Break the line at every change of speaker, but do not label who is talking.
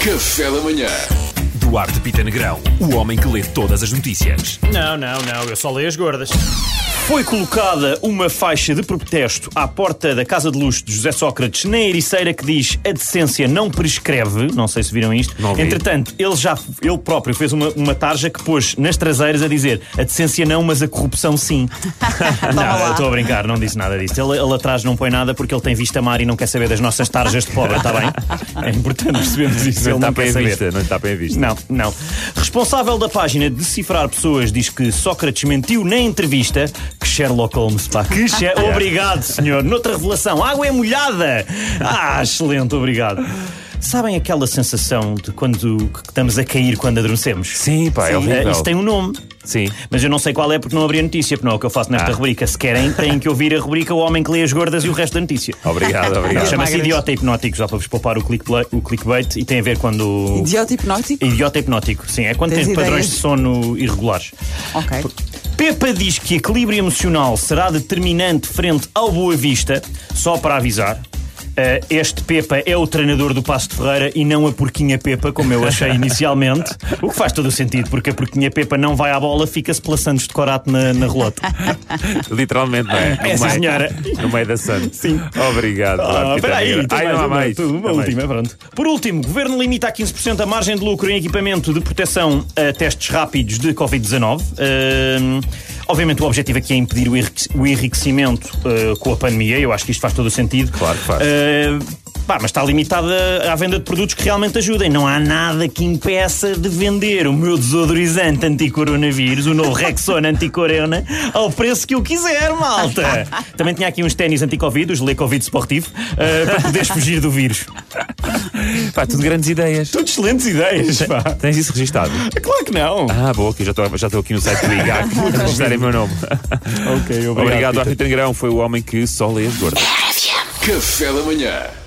Café da Manhã.
Duarte Pita Negrão, o homem que lê todas as notícias.
Não, não, não, eu só leio as gordas.
Foi colocada uma faixa de protesto à porta da Casa de Luxo de José Sócrates, na Ericeira, que diz a decência não prescreve. Não sei se viram isto.
Não vi.
Entretanto, ele já ele próprio fez uma, uma tarja que pôs nas traseiras a dizer a decência não, mas a corrupção sim. não, eu estou a brincar, não disse nada disso. Ele, ele atrás não põe nada porque ele tem vista mar e não quer saber das nossas tarjas de pobre, está bem? É importante percebermos isso. Ele
está
não quer
bem
saber.
vista, não está bem vista.
Não, não. Responsável da página Decifrar Pessoas diz que Sócrates mentiu na entrevista que Sherlock Holmes, pá. Que She- Obrigado, senhor. Noutra revelação, a água é molhada. Ah, excelente, obrigado. Sabem aquela sensação de quando que estamos a cair quando adormecemos?
Sim, pá, é
Eh,
horrível.
Isso tem um nome.
Sim.
Mas eu não sei qual é porque não abri a notícia, porque não é o que eu faço nesta
Ah.
rubrica. Se querem, têm que ouvir a rubrica O Homem que Lê as Gordas e o resto da notícia.
Obrigado, obrigado.
Chama-se
magras.
Idiota Hipnótico, já para vos poupar o, clickbla- o clickbait e tem a ver quando.
Idiota hipnótico?
Idiota hipnótico, sim. É quando
Tens
tens padrões
ideias?
de sono irregulares.
Ok.
Pepa diz que equilíbrio emocional será determinante frente ao Boa Vista, só para avisar. eh, este Pepa é o treinador do Passo de Ferreira e não a Porquinha Pepa, como eu achei inicialmente. O que faz todo o sentido, porque a Porquinha Pepa não vai à bola, fica-se pela Santos de Corato na, na relota.
Ah, Literalmente, não é? No
Essa
meio-
senhora.
No meio da Santos.
Sim.
Obrigado, Duarte
Ah,
Pita
espera aí,
Negrão.
tem
Ai, não há Oh, mais.
uma,
Não
uma
há mais.
última, pronto. é Por último, governo limita a 15% a margem de lucro em equipamento de proteção a testes rápidos de Covid-19. Ahm, obviamente, o objetivo aqui é impedir o enrique- o enriquecimento ah, com a pandemia. Eu acho que isto faz todo o sentido.
Claro que faz.
Ah, pá, mas está limitada à venda de produtos que realmente ajudem. Não há nada que impeça de vender o meu desodorizante anti-coronavírus, o novo Rexona anti-corona, ao preço que eu quiser, malta. Também tinha aqui uns ténis anti-Covid, os Le Covid Sportivo, ah, para poderes fugir do vírus.
Pá, tudo grandes ideias.
Tudo excelentes ideias, pá.
Tens isso registado?
Claro que não.
Ah, boa, que eu já estou já estou aqui no site do IGAC. Vou registrar em meu nome.
Ok,
Obrigado, Duarte Pita Negrão. Foi o homem que só lê as gordas.
Café da Manhã.